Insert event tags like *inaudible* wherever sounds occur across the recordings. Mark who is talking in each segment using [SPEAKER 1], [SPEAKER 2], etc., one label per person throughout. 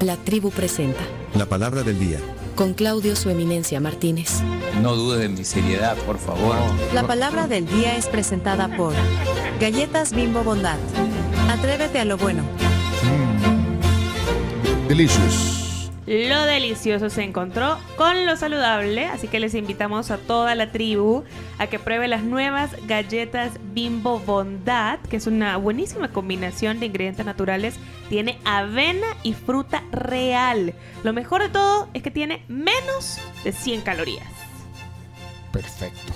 [SPEAKER 1] La tribu presenta.
[SPEAKER 2] La palabra del día.
[SPEAKER 1] Con Claudio Su Eminencia Martínez.
[SPEAKER 3] No dudes de mi seriedad, por favor.
[SPEAKER 4] La palabra del día es presentada por Galletas Bimbo Bondad. Atrévete a lo bueno.
[SPEAKER 5] Delicious.
[SPEAKER 6] Lo delicioso se encontró con lo saludable, así que les invitamos a toda la tribu a que pruebe las nuevas galletas Bimbo Bondad, que es una buenísima combinación de ingredientes naturales. Tiene avena y fruta real. Lo mejor de todo es que tiene menos de 100 calorías.
[SPEAKER 5] Perfecto.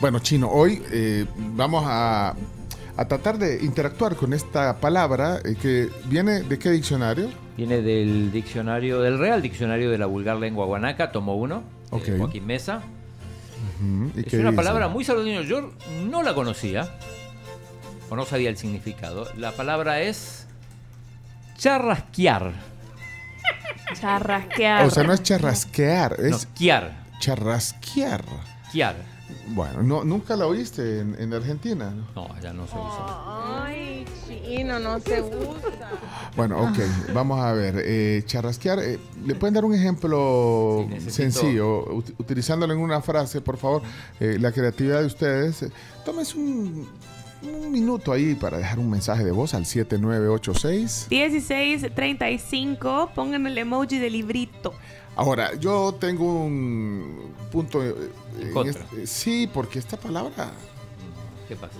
[SPEAKER 5] Bueno, Chino, hoy eh, vamos a, a tratar de interactuar con esta palabra eh, que viene de qué diccionario?
[SPEAKER 7] Viene del diccionario, del Real Diccionario de la Vulgar Lengua Guanaca, tomo uno, de
[SPEAKER 5] Ok.
[SPEAKER 7] Joaquín Mesa.
[SPEAKER 5] Ujú, ¿y
[SPEAKER 7] Es
[SPEAKER 5] qué
[SPEAKER 7] una
[SPEAKER 5] dice?
[SPEAKER 7] palabra muy saludable. Yo no la conocía, o no sabía el significado. La palabra es charrasquear.
[SPEAKER 6] Charrasquear.
[SPEAKER 5] *laughs* O sea, no es charrasquear,
[SPEAKER 7] No,
[SPEAKER 5] es
[SPEAKER 7] quiar,
[SPEAKER 5] charrasquear.
[SPEAKER 7] quiar.
[SPEAKER 5] Bueno, no, nunca la oíste en, en Argentina. ¿no?
[SPEAKER 7] No, ya no se usa.
[SPEAKER 8] Ay, chino, no se usa.
[SPEAKER 5] Bueno, ok, vamos a ver. eh, charrasquear, eh, ¿le pueden dar un ejemplo
[SPEAKER 7] Sí, necesito-
[SPEAKER 5] sencillo, ut- utilizándolo en una frase, por favor? Eh, la creatividad de ustedes. eh, Tómense un, un minuto ahí para dejar un mensaje de voz al 7986.
[SPEAKER 6] 1635, pongan el emoji de librito.
[SPEAKER 5] Ahora, yo tengo un punto... eh, en
[SPEAKER 7] contra.
[SPEAKER 5] este- sí, porque esta palabra...
[SPEAKER 7] ¿Qué pasa?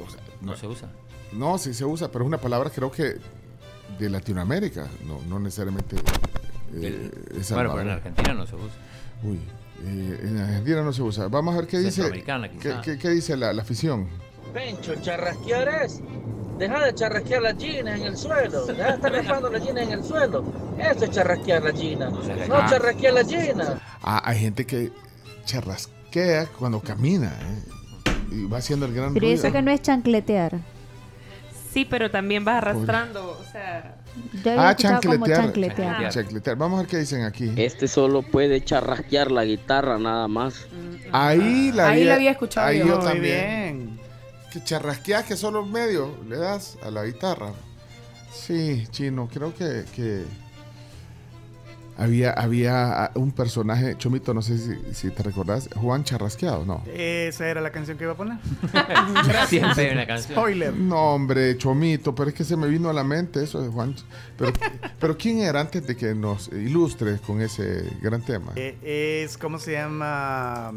[SPEAKER 5] o sea,
[SPEAKER 7] No se usa.
[SPEAKER 5] No, sí se usa, pero es una palabra creo que de Latinoamérica, no, no necesariamente eh, es
[SPEAKER 7] Bueno, pero en
[SPEAKER 5] salvadoreña.
[SPEAKER 7] Argentina no se usa.
[SPEAKER 5] Uy, eh, en Argentina no se usa. Vamos a ver qué dice.
[SPEAKER 7] Centroamericana,
[SPEAKER 5] ¿Qué,
[SPEAKER 7] quizá.
[SPEAKER 5] qué- qué dice la, la afición?
[SPEAKER 9] Pencho, charrasquear es. Deja de charrasquear las chinas en el suelo. Deja de estar raspando las chinas en el suelo. Eso es charrasquear las chinas. No charrasquear las chinas.
[SPEAKER 5] Ah, hay gente que charrasquea cuando camina. eh, y va haciendo el gran
[SPEAKER 10] Pero
[SPEAKER 5] ruido.
[SPEAKER 10] eso que no es chancletear.
[SPEAKER 6] Sí, pero también vas
[SPEAKER 5] Pues
[SPEAKER 6] arrastrando, o sea...
[SPEAKER 10] Yo había
[SPEAKER 5] Ah,
[SPEAKER 10] escuchado como
[SPEAKER 5] chancletear.
[SPEAKER 10] chancletear.
[SPEAKER 7] Chancletear.
[SPEAKER 5] Chancletear. Vamos a ver qué dicen aquí.
[SPEAKER 9] Este solo puede charrasquear la guitarra nada más.
[SPEAKER 5] Ahí la
[SPEAKER 8] Ahí
[SPEAKER 5] había,
[SPEAKER 8] la había escuchado
[SPEAKER 5] ahí
[SPEAKER 8] yo.
[SPEAKER 5] yo
[SPEAKER 8] Ah. Muy
[SPEAKER 5] también. Que charrasqueas que solo medio le das a la guitarra. Sí, chino, creo que, que había, había ah, un personaje, Chomito, no sé si, si te recordás, Juan Charrasqueado, ¿no?
[SPEAKER 8] Esa era la canción que iba a poner.
[SPEAKER 7] *laughs* Siempre hay una canción.
[SPEAKER 8] Spoiler.
[SPEAKER 5] No, hombre, Chomito, pero es que se me vino a la mente eso de Juan. Ch-
[SPEAKER 8] *laughs*
[SPEAKER 5] Pero, pero ¿quién era antes de que nos ilustres con ese gran tema?
[SPEAKER 8] Eh, es, ¿cómo se llama?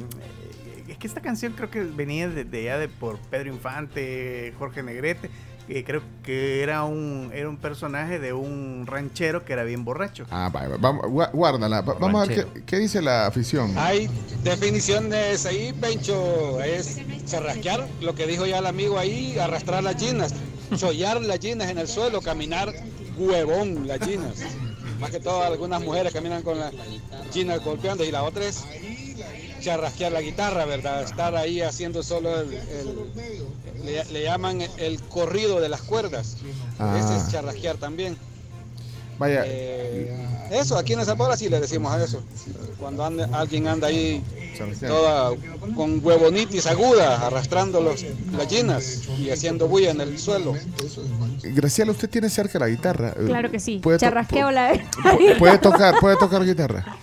[SPEAKER 8] Eh, Es que esta canción creo que venía de, de allá de por Pedro Infante, Jorge Negrete. Que creo que era un, era un personaje de un ranchero que era bien borracho.
[SPEAKER 5] Ah, va, va, vamos, gua- guárdala. Va- Vamos a ver qué, qué dice la afición.
[SPEAKER 11] Hay definiciones ahí, Pencho. Es charrasquear, lo que dijo ya el amigo ahí, arrastrar las chinas, chollar las chinas en el suelo, caminar huevón las chinas. Más que todo, algunas mujeres caminan con las chinas golpeando. Y la otra es charrasquear la guitarra, ¿verdad? Estar ahí haciendo solo el. el- le, le llaman el corrido de las cuerdas. Ese
[SPEAKER 5] Ah.
[SPEAKER 11] es charrasquear también.
[SPEAKER 5] Vaya.
[SPEAKER 11] Eh, eso, aquí en esa palabra sí le decimos a eso. Cuando anda- alguien anda ahí
[SPEAKER 5] Charrasqueado.
[SPEAKER 11] toda con huevonitis aguda, arrastrando los, las llenas y haciendo bulla en el suelo.
[SPEAKER 5] Graciela, usted tiene cerca la guitarra. Eh,
[SPEAKER 10] Claro que sí.
[SPEAKER 5] ¿Puede to-
[SPEAKER 10] Charrasqueo
[SPEAKER 5] *laughs*
[SPEAKER 10] la
[SPEAKER 5] pu- Puede tocar, puede tocar
[SPEAKER 10] *laughs*
[SPEAKER 5] guitarra.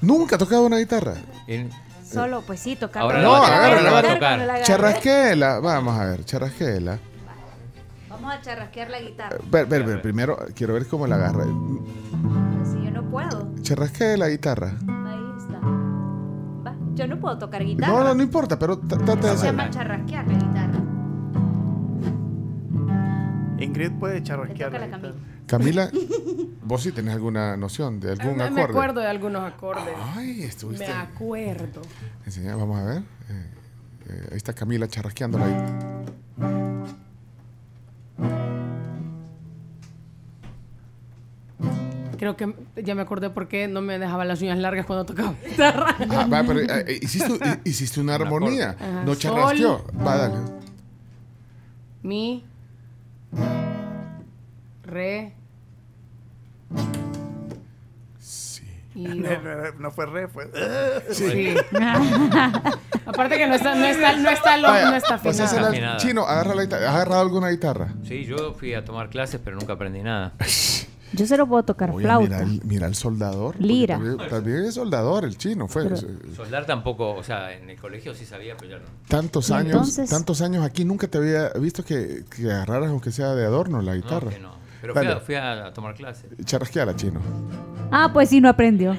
[SPEAKER 5] Nunca ha tocado una guitarra.
[SPEAKER 7] En-
[SPEAKER 10] Solo, pues sí, tocar.
[SPEAKER 7] Ahora
[SPEAKER 5] No, ahora la va a
[SPEAKER 7] tocar.
[SPEAKER 10] cuando la agarre.
[SPEAKER 5] Charrasquela, vamos a ver, charrasquela.
[SPEAKER 10] Vamos a charrasquear la guitarra.
[SPEAKER 5] Eh, Ver, ver, ver, primero quiero ver cómo la agarra.
[SPEAKER 10] Pues sí, yo no puedo.
[SPEAKER 5] Charrasquea la guitarra.
[SPEAKER 10] Ahí está. Va, Yo no puedo tocar guitarra.
[SPEAKER 5] No, no, no importa, pero tra- trata de
[SPEAKER 10] Se
[SPEAKER 5] hacerlo.
[SPEAKER 10] llama charrasquear la guitarra.
[SPEAKER 8] Ingrid puede
[SPEAKER 10] Le
[SPEAKER 8] charrasquear.
[SPEAKER 10] toca
[SPEAKER 8] la
[SPEAKER 10] la
[SPEAKER 8] guitarra.
[SPEAKER 10] camisa. *laughs*
[SPEAKER 5] Camila, vos sí tenés alguna noción de algún
[SPEAKER 8] Me-
[SPEAKER 5] acorde.
[SPEAKER 8] Ah, me acuerdo de algunos acordes.
[SPEAKER 5] Ay, estuviste.
[SPEAKER 8] Me acuerdo.
[SPEAKER 5] Enseñá, vamos a ver. Eh, eh, ahí está Camila charrasqueando la guitarra.
[SPEAKER 8] Creo que ya me acordé por qué no me dejaba las uñas largas cuando tocaba.
[SPEAKER 5] Ah, va, pero eh, hiciste, hi-
[SPEAKER 7] *laughs*
[SPEAKER 5] hiciste una armonía.
[SPEAKER 8] Ajá.
[SPEAKER 5] No charrasqueó. Va, dale.
[SPEAKER 8] Mi. Re.
[SPEAKER 5] *laughs*
[SPEAKER 8] Sí. No, no fue re, fue. Sí. Aparte que no está, no está, no está, lo-
[SPEAKER 5] Vaya,
[SPEAKER 8] no está
[SPEAKER 5] pues ese
[SPEAKER 8] afinado.
[SPEAKER 5] era el
[SPEAKER 7] Afinada.
[SPEAKER 5] chino, agarra la guitarra. ¿Has agarrado alguna guitarra?
[SPEAKER 7] Sí, yo fui a tomar clases, pero nunca aprendí nada.
[SPEAKER 2] Yo se lo puedo tocar
[SPEAKER 5] Oye,
[SPEAKER 2] flauta.
[SPEAKER 5] mira, el, mira el soldador. porque
[SPEAKER 2] Lira.
[SPEAKER 5] También, también es soldador el chino, fue. eh,
[SPEAKER 2] Pero-
[SPEAKER 5] Es-
[SPEAKER 7] Soldar tampoco, o sea, en el colegio sí sabía, pero ya no.
[SPEAKER 5] Tantos
[SPEAKER 2] Y
[SPEAKER 5] años,
[SPEAKER 2] entonces-
[SPEAKER 5] tantos años aquí nunca te había visto que, que agarraras aunque sea de adorno la
[SPEAKER 7] No,
[SPEAKER 5] guitarra.
[SPEAKER 7] que no. Pero fui
[SPEAKER 5] Dale.
[SPEAKER 7] a, fui a tomar clases.
[SPEAKER 5] Charrasqueala,
[SPEAKER 2] *laughs*
[SPEAKER 5] chino.
[SPEAKER 2] Ah, pues sí, no aprendió.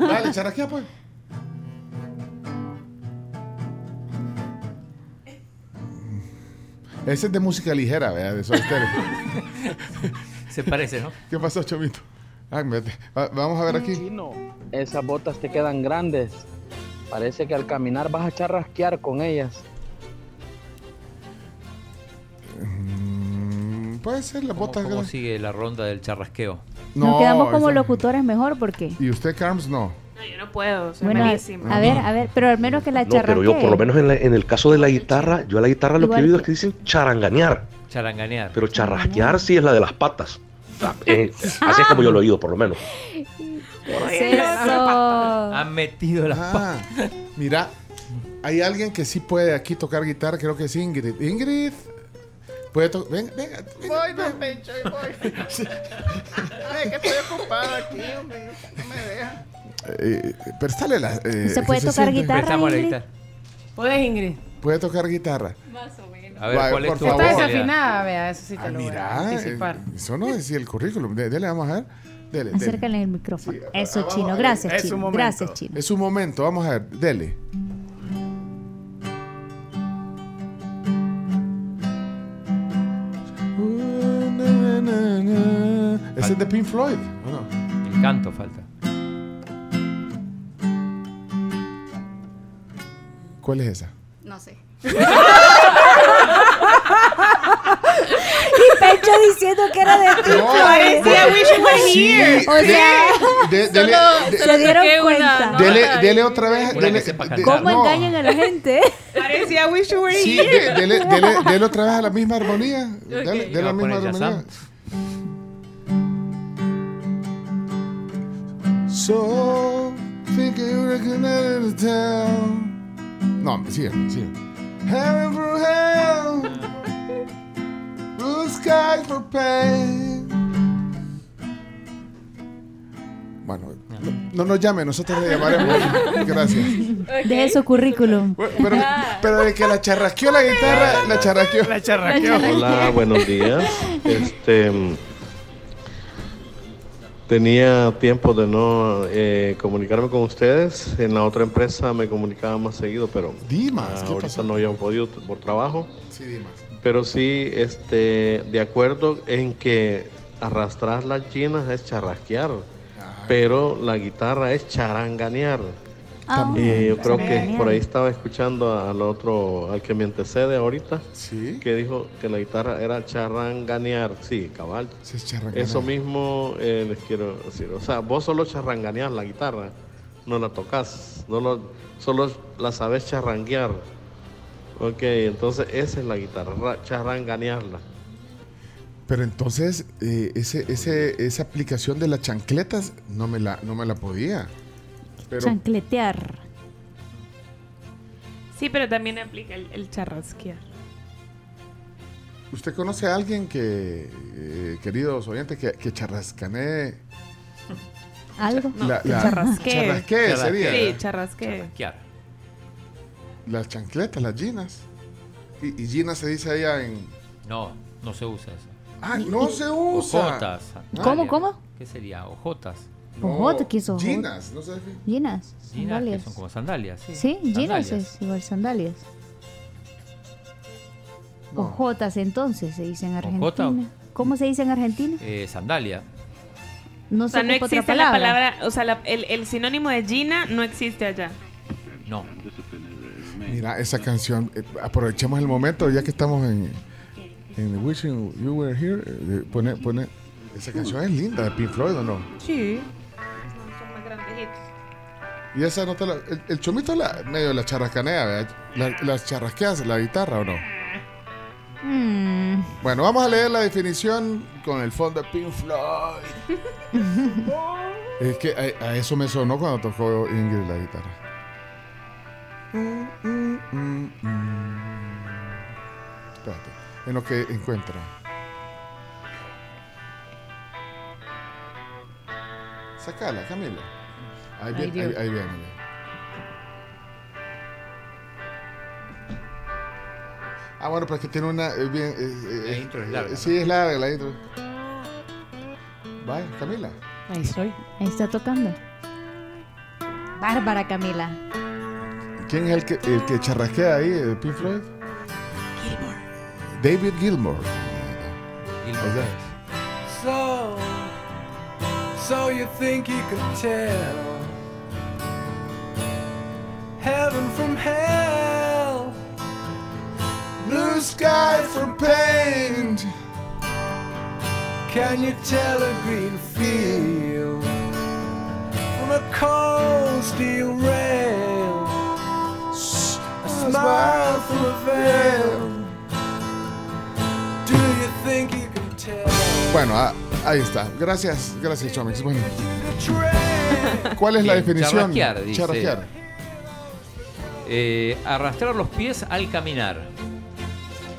[SPEAKER 5] Dale, charrasquea pues. Ese es de música ligera, vea, de Soda Stereo.
[SPEAKER 2] *laughs*
[SPEAKER 7] Se parece,
[SPEAKER 5] *laughs*
[SPEAKER 7] ¿no?
[SPEAKER 5] ¿Qué pasó, Chomito? Ay, mete. Va- Vamos a ver aquí.
[SPEAKER 9] Chino, esas botas te quedan grandes. Parece que al caminar vas a charrasquear con ellas.
[SPEAKER 5] Mm, Puede ser las
[SPEAKER 7] ¿Cómo,
[SPEAKER 5] botas
[SPEAKER 7] cómo
[SPEAKER 5] grandes.
[SPEAKER 7] sigue la ronda del charrasqueo?
[SPEAKER 2] Nos quedamos como
[SPEAKER 5] esa-
[SPEAKER 2] locutores mejor porque.
[SPEAKER 5] ¿Y usted, Carms? No.
[SPEAKER 6] No, yo no puedo, soy
[SPEAKER 2] Bueno, a,
[SPEAKER 6] malísima.
[SPEAKER 2] a ver, a ver, pero al menos que la
[SPEAKER 12] No, pero yo por lo
[SPEAKER 2] charrasquee.
[SPEAKER 12] menos en, la- en el caso de la guitarra, yo a la guitarra lo que he
[SPEAKER 2] Igual
[SPEAKER 12] oído
[SPEAKER 2] que-
[SPEAKER 12] es que Ah. dicen charanganear,
[SPEAKER 7] Charanganear.
[SPEAKER 12] pero charrasquear sí es la de las *laughs* patas. Ah, eh, así es como yo lo he oído, por lo menos.
[SPEAKER 2] ¿Qué es eso?
[SPEAKER 7] Han metido las patas.
[SPEAKER 5] Ah, mira, hay alguien que sí puede aquí tocar guitarra, creo que es Ingrid. Ingrid, puede tocar. Venga, venga, venga,
[SPEAKER 8] Voy,
[SPEAKER 5] venga.
[SPEAKER 8] don Pencho, ahí voy.
[SPEAKER 5] *laughs*
[SPEAKER 8] Ay, que estoy ocupado aquí, hombre. No me dejan.
[SPEAKER 5] Eh, eh, préstale la. eh,
[SPEAKER 2] ¿Se puede
[SPEAKER 5] que
[SPEAKER 2] tocar
[SPEAKER 5] siente.
[SPEAKER 2] guitarra?
[SPEAKER 7] Prestamos la
[SPEAKER 2] Ingrid?
[SPEAKER 7] guitarra.
[SPEAKER 13] Puedes, Ingrid.
[SPEAKER 5] Puede tocar guitarra.
[SPEAKER 7] A ver,
[SPEAKER 5] Vale,
[SPEAKER 7] ¿cuál es
[SPEAKER 5] por
[SPEAKER 7] tu
[SPEAKER 5] favor.
[SPEAKER 13] Está
[SPEAKER 5] Ahora.
[SPEAKER 13] desafinada, vea, eso sí te
[SPEAKER 5] Ah,
[SPEAKER 13] lo voy a
[SPEAKER 5] mira, eh,
[SPEAKER 13] anticipar.
[SPEAKER 5] eso no es el currículum. De- Dele, vamos a ver. Dele, dele.
[SPEAKER 2] Acércale el micrófono.
[SPEAKER 5] Sí, ah,
[SPEAKER 2] eso,
[SPEAKER 5] abajo,
[SPEAKER 2] chino.
[SPEAKER 5] ahí.
[SPEAKER 2] Gracias,
[SPEAKER 8] Es un
[SPEAKER 2] chino.
[SPEAKER 8] momento.
[SPEAKER 2] Gracias, chino.
[SPEAKER 5] Es un momento, vamos a ver. Dele. Uh, Ese es de Pink Floyd. ¿o no?
[SPEAKER 7] El canto falta.
[SPEAKER 5] ¿Cuál es esa?
[SPEAKER 10] No sé.
[SPEAKER 2] Y Pecho diciendo que era de ti. pues.
[SPEAKER 13] Parecía Wish You Were
[SPEAKER 5] Sí,
[SPEAKER 13] Here.
[SPEAKER 2] O sea,
[SPEAKER 5] de-
[SPEAKER 13] Solo-
[SPEAKER 5] dele, de-
[SPEAKER 13] solo
[SPEAKER 2] se dieron
[SPEAKER 13] saqué una
[SPEAKER 2] cuenta.
[SPEAKER 13] nota
[SPEAKER 5] dele-
[SPEAKER 13] ahí.
[SPEAKER 5] dele otra vez.
[SPEAKER 7] Una
[SPEAKER 5] Dele,
[SPEAKER 7] que sepa
[SPEAKER 5] de-
[SPEAKER 7] cantar.
[SPEAKER 2] ¿cómo
[SPEAKER 5] no.
[SPEAKER 2] engañan a la gente?
[SPEAKER 13] Parecía Wish You Were
[SPEAKER 5] Sí,
[SPEAKER 13] Here.
[SPEAKER 5] de- dele,
[SPEAKER 2] *laughs*
[SPEAKER 5] dele- dele otra vez a la misma armonía. Dale,
[SPEAKER 13] Ok.
[SPEAKER 5] dele la
[SPEAKER 7] Voy a
[SPEAKER 5] misma
[SPEAKER 7] poner
[SPEAKER 5] armonía. So, think you recognize the town. No, hombre, sigue, sigue. Heaven for hell. Blue skies for pain. Bueno, no, no nos llame, nosotros le llamaremos. Gracias.
[SPEAKER 10] ¿Eh?
[SPEAKER 2] Deje su currículum.
[SPEAKER 5] Pero, pero de que la charrasqueó la guitarra, la charrasqueó.
[SPEAKER 8] La charraqueo.
[SPEAKER 12] Hola, buenos días. Este mm, tenía tiempo de no eh, comunicarme con ustedes. En la otra empresa me comunicaba más seguido, pero ah,
[SPEAKER 5] Dimas, ¿qué
[SPEAKER 12] ahorita
[SPEAKER 5] pasó?
[SPEAKER 12] no habían podido t- por trabajo.
[SPEAKER 5] Sí, Dimas.
[SPEAKER 12] Pero sí, este, de acuerdo en que arrastrar las chinas es charrasquear, pero la guitarra es charanganear. Eh,
[SPEAKER 2] Ah,
[SPEAKER 12] Y yo creo que
[SPEAKER 2] charanganear.
[SPEAKER 12] por ahí estaba escuchando al otro, al que me antecede ahorita
[SPEAKER 5] Sí.
[SPEAKER 12] que dijo que la guitarra era charranganear. Sí, cabal.
[SPEAKER 5] Se charranganeó.
[SPEAKER 12] Eso mismo eh, les quiero decir. O sea, vos solo charranganeas la guitarra, no la tocas, no lo- solo la sabes charranguear. Ok, entonces esa es la guitarra, ra- charranganearla.
[SPEAKER 5] Pero entonces, eh, ese, ese, esa aplicación de las chancletas no me la, no me la podía. Pero,
[SPEAKER 2] Chancletear.
[SPEAKER 6] Sí, pero también aplica el, el charrasquear.
[SPEAKER 5] ¿usted conoce a alguien que, eh, queridos oyentes, que, que charrascanee?
[SPEAKER 2] ¿Algo?
[SPEAKER 5] la,
[SPEAKER 6] que
[SPEAKER 5] la-
[SPEAKER 6] charrasquee.
[SPEAKER 5] charrasquee sería.
[SPEAKER 6] Sí, charrasquear.
[SPEAKER 7] Charrasquear.
[SPEAKER 5] Las chancletas, las ginas. Y, y gina se dice allá en...
[SPEAKER 7] No, no se usa eso.
[SPEAKER 5] Ah, no se usa.
[SPEAKER 7] Ojotas.
[SPEAKER 2] ¿Cómo,
[SPEAKER 7] Natalia.
[SPEAKER 2] cómo?
[SPEAKER 7] ¿Qué sería? Ojotas.
[SPEAKER 2] Ojota, ¿qué es ojota?
[SPEAKER 5] Ginas, no sé.
[SPEAKER 2] Llenas.
[SPEAKER 7] Ginas, que
[SPEAKER 2] Sandalias.
[SPEAKER 7] son como sandalias. Sí,
[SPEAKER 2] Sí, llenas
[SPEAKER 7] Sandalias.
[SPEAKER 2] es igual sandalias.
[SPEAKER 5] No.
[SPEAKER 2] Ojotas entonces se dice en
[SPEAKER 7] Ojota.
[SPEAKER 2] Argentina. ¿Cómo se dice en Argentina?
[SPEAKER 7] Eh, sandalia.
[SPEAKER 2] No
[SPEAKER 6] O
[SPEAKER 2] sé
[SPEAKER 6] sea, no
[SPEAKER 2] otra
[SPEAKER 6] existe
[SPEAKER 2] palabra.
[SPEAKER 6] la palabra, o sea, la- el, el sinónimo de Gina no existe allá.
[SPEAKER 7] No.
[SPEAKER 5] Mira, esa canción, eh, aprovechemos el momento ya que estamos en, en Wishing You Were Here. eh, pone, pone, esa canción es linda de Pink Floyd o no.
[SPEAKER 13] Sí.
[SPEAKER 6] Son más grandes.
[SPEAKER 5] Y esa no te la, el, el chomito la, medio la charrascanea, ¿verdad? La, las charrasqueas la guitarra o no.
[SPEAKER 2] Mm,
[SPEAKER 5] Bueno, vamos a leer la definición con el fondo de Pink Floyd. es que a, a eso me sonó cuando tocó Ingrid la guitarra. Mm, mm, mm, mm. Espérate, en lo que encuentra. Sacala, Camila. Ahí,
[SPEAKER 13] Ay,
[SPEAKER 5] vi- ahí,
[SPEAKER 13] Dios.
[SPEAKER 5] ahí viene. Ah, bueno, pero es que tiene una. eh, bien, eh, eh,
[SPEAKER 7] La intro es
[SPEAKER 5] eh,
[SPEAKER 7] larga, ¿no?
[SPEAKER 5] Sí, es larga la intro. Vaya, Camila.
[SPEAKER 2] Ahí estoy. Ahí está tocando. Bárbara Camila.
[SPEAKER 5] ¿Quién es el que, el que charrasquea ahí, eh, Pink Floyd? David Gilmour.
[SPEAKER 7] Gilmour.
[SPEAKER 5] Ahí
[SPEAKER 14] So, so you think you could tell heaven from hell, blue sky from pain? Can you tell a green field from a cold steel rail? A smile from a veil. Do you think you can tell?
[SPEAKER 5] está. Bueno, ah, ahí está. Gracias, gracias, Chomix. Bueno. ¿Cuál es la
[SPEAKER 7] Bien,
[SPEAKER 5] definición?
[SPEAKER 7] charrasquear, dice.
[SPEAKER 5] Charrasquear.
[SPEAKER 7] Eh, arrastrar los pies al caminar.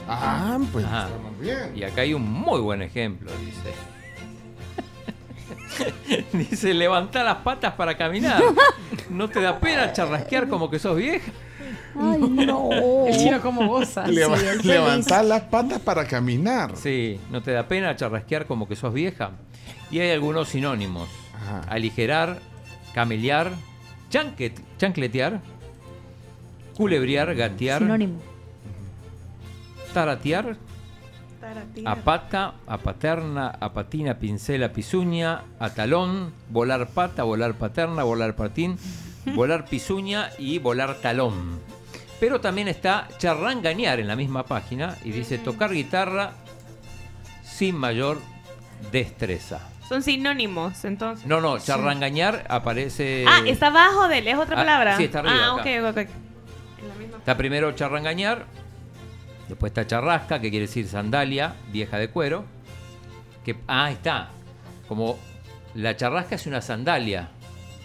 [SPEAKER 5] Ah, pues
[SPEAKER 7] Ajá.
[SPEAKER 5] bien.
[SPEAKER 7] Y acá hay un muy buen ejemplo, dice. *laughs* dice, levanta las patas para caminar. No te da pena charrasquear como que sos vieja.
[SPEAKER 13] Ay, no.
[SPEAKER 5] Oh.
[SPEAKER 13] El chino como goza.
[SPEAKER 5] Leva-
[SPEAKER 13] Sí, el feliz.
[SPEAKER 5] levantar las patas para caminar.
[SPEAKER 7] Sí, no te da pena charrasquear como que sos vieja. Y hay algunos sinónimos. Aligerar, camelear, chanquet- chancletear, culebrear, gatear,
[SPEAKER 2] Sinónimo.
[SPEAKER 7] taratear,
[SPEAKER 6] Taratira.
[SPEAKER 7] a pata, a paterna, a patina, pincel, a pisuña, a talón, volar pata, volar paterna, volar patín, volar pisuña y volar talón. Pero también está charranganear en la misma página y dice tocar guitarra sin mayor destreza.
[SPEAKER 6] Son sinónimos, entonces.
[SPEAKER 7] No, no, charranganear aparece.
[SPEAKER 6] Ah, está abajo de él, es otra
[SPEAKER 7] Eh, Ah,
[SPEAKER 6] palabra.
[SPEAKER 7] sí, está arriba
[SPEAKER 6] Ah,
[SPEAKER 7] acá.
[SPEAKER 6] ok, ok.
[SPEAKER 7] Está primero charrangañar, después está charrasca, que quiere decir sandalia, vieja de cuero. Que, ah, ahí está. Como la charrasca es una sandalia.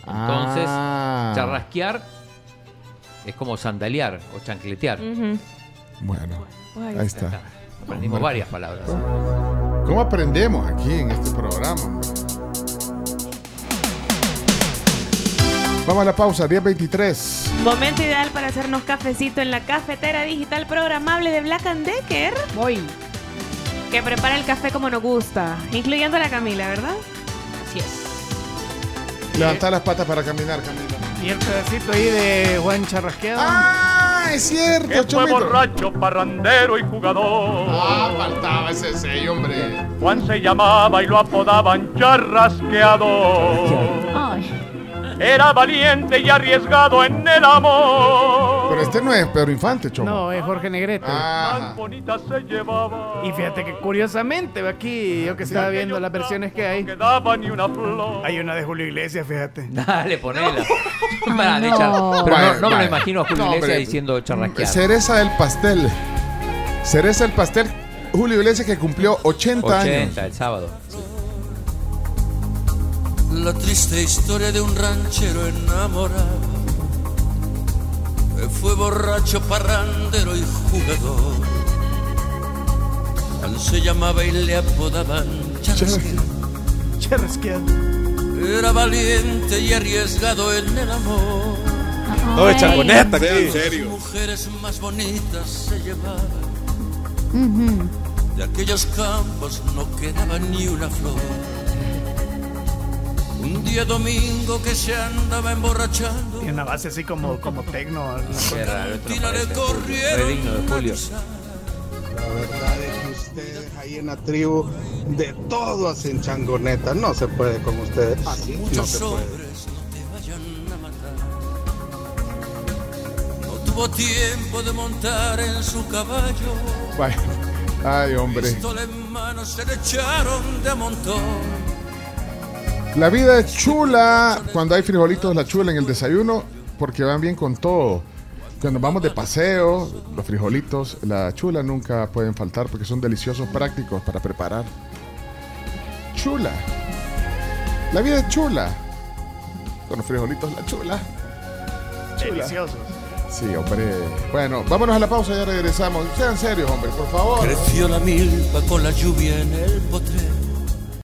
[SPEAKER 7] Entonces,
[SPEAKER 5] Ah.
[SPEAKER 7] charrasquear es como sandalear o chancletear.
[SPEAKER 6] Ujú.
[SPEAKER 5] Bueno,
[SPEAKER 6] Ay,
[SPEAKER 5] ahí está.
[SPEAKER 7] Aprendimos
[SPEAKER 5] Hombre.
[SPEAKER 7] varias
[SPEAKER 5] *laughs*
[SPEAKER 7] palabras.
[SPEAKER 5] ¿Cómo aprendemos aquí en este programa? hombre? Vamos a la pausa, 10.23.
[SPEAKER 6] Momento ideal para hacernos cafecito en la cafetera digital programable de Black and Decker. Voy. Que prepara el café como nos gusta, incluyendo a la Camila, ¿verdad? Así es.
[SPEAKER 5] Levantar las patas para caminar, Camila.
[SPEAKER 8] Y el pedacito ahí de Juan Charrasqueado.
[SPEAKER 5] ¡Ah, es cierto!
[SPEAKER 15] Que fue
[SPEAKER 5] Chomito.
[SPEAKER 15] borracho, parrandero y jugador.
[SPEAKER 5] Ah, faltaba ese sello, hombre.
[SPEAKER 15] Juan se llamaba y lo apodaban charrasqueador. Era valiente y arriesgado en el amor.
[SPEAKER 5] Pero este no es Pedro Infante, Chomo. Ah.
[SPEAKER 8] No, es Jorge Negrete.
[SPEAKER 5] Ajá.
[SPEAKER 15] Bonita se llevaba,
[SPEAKER 8] Y fíjate que curiosamente, ve aquí yo que estaba viendo las versiones que hay.
[SPEAKER 15] daba ni una flor.
[SPEAKER 8] Hay una de Julio Iglesias, fíjate.
[SPEAKER 7] Dale,
[SPEAKER 6] *laughs*
[SPEAKER 7] ponela. Para, de char-
[SPEAKER 8] no.
[SPEAKER 7] Pero no,
[SPEAKER 5] Vale,
[SPEAKER 7] no me lo
[SPEAKER 5] vale.
[SPEAKER 7] imagino a Julio
[SPEAKER 5] No,
[SPEAKER 7] Iglesias
[SPEAKER 5] hombre.
[SPEAKER 7] diciendo charrasquear.
[SPEAKER 5] Cereza del pastel. Cereza del pastel. Julio Iglesias que cumplió 80,
[SPEAKER 7] 80,
[SPEAKER 5] años.
[SPEAKER 7] el sábado.
[SPEAKER 14] La triste historia de un ranchero enamorado que fue borracho, parrandero y jugador. Al se llamaba y le apodaban Charrasqueado. Era valiente y arriesgado en el amor.
[SPEAKER 16] No, de changoneta, aquí.
[SPEAKER 14] Sean
[SPEAKER 16] serios.
[SPEAKER 14] Mujeres más bonitas se llevaban. De aquellos campos no quedaba ni una flor. Un día domingo que se andaba emborrachando.
[SPEAKER 8] Tiene una base así como, como tecno.
[SPEAKER 7] Qué raro, esto no
[SPEAKER 14] Tírale
[SPEAKER 7] parece.
[SPEAKER 14] corrieron.
[SPEAKER 7] Fue digno de Julio.
[SPEAKER 17] La verdad es que ustedes ahí en la tribu de todo hacen changoneta. No se puede con ustedes. No
[SPEAKER 14] Muchos
[SPEAKER 17] se puede.
[SPEAKER 14] hombres no te vayan a matar. No tuvo tiempo de montar en su caballo.
[SPEAKER 5] Vaya. Ay, hombre.
[SPEAKER 14] Pistola en mano se le echaron de montón.
[SPEAKER 5] La vida es chula cuando hay frijolitos, la chula en el desayuno, porque van bien con todo. Cuando vamos de paseo, los frijolitos, la chula nunca pueden faltar porque son deliciosos prácticos para preparar. Chula. La vida es chula. Con los frijolitos, la chula.
[SPEAKER 8] Deliciosos.
[SPEAKER 5] Sí, hombre. Bueno, vámonos a la pausa y ya regresamos. Sean serios, hombre, por favor.
[SPEAKER 14] Creció la milpa con la lluvia en el potrero.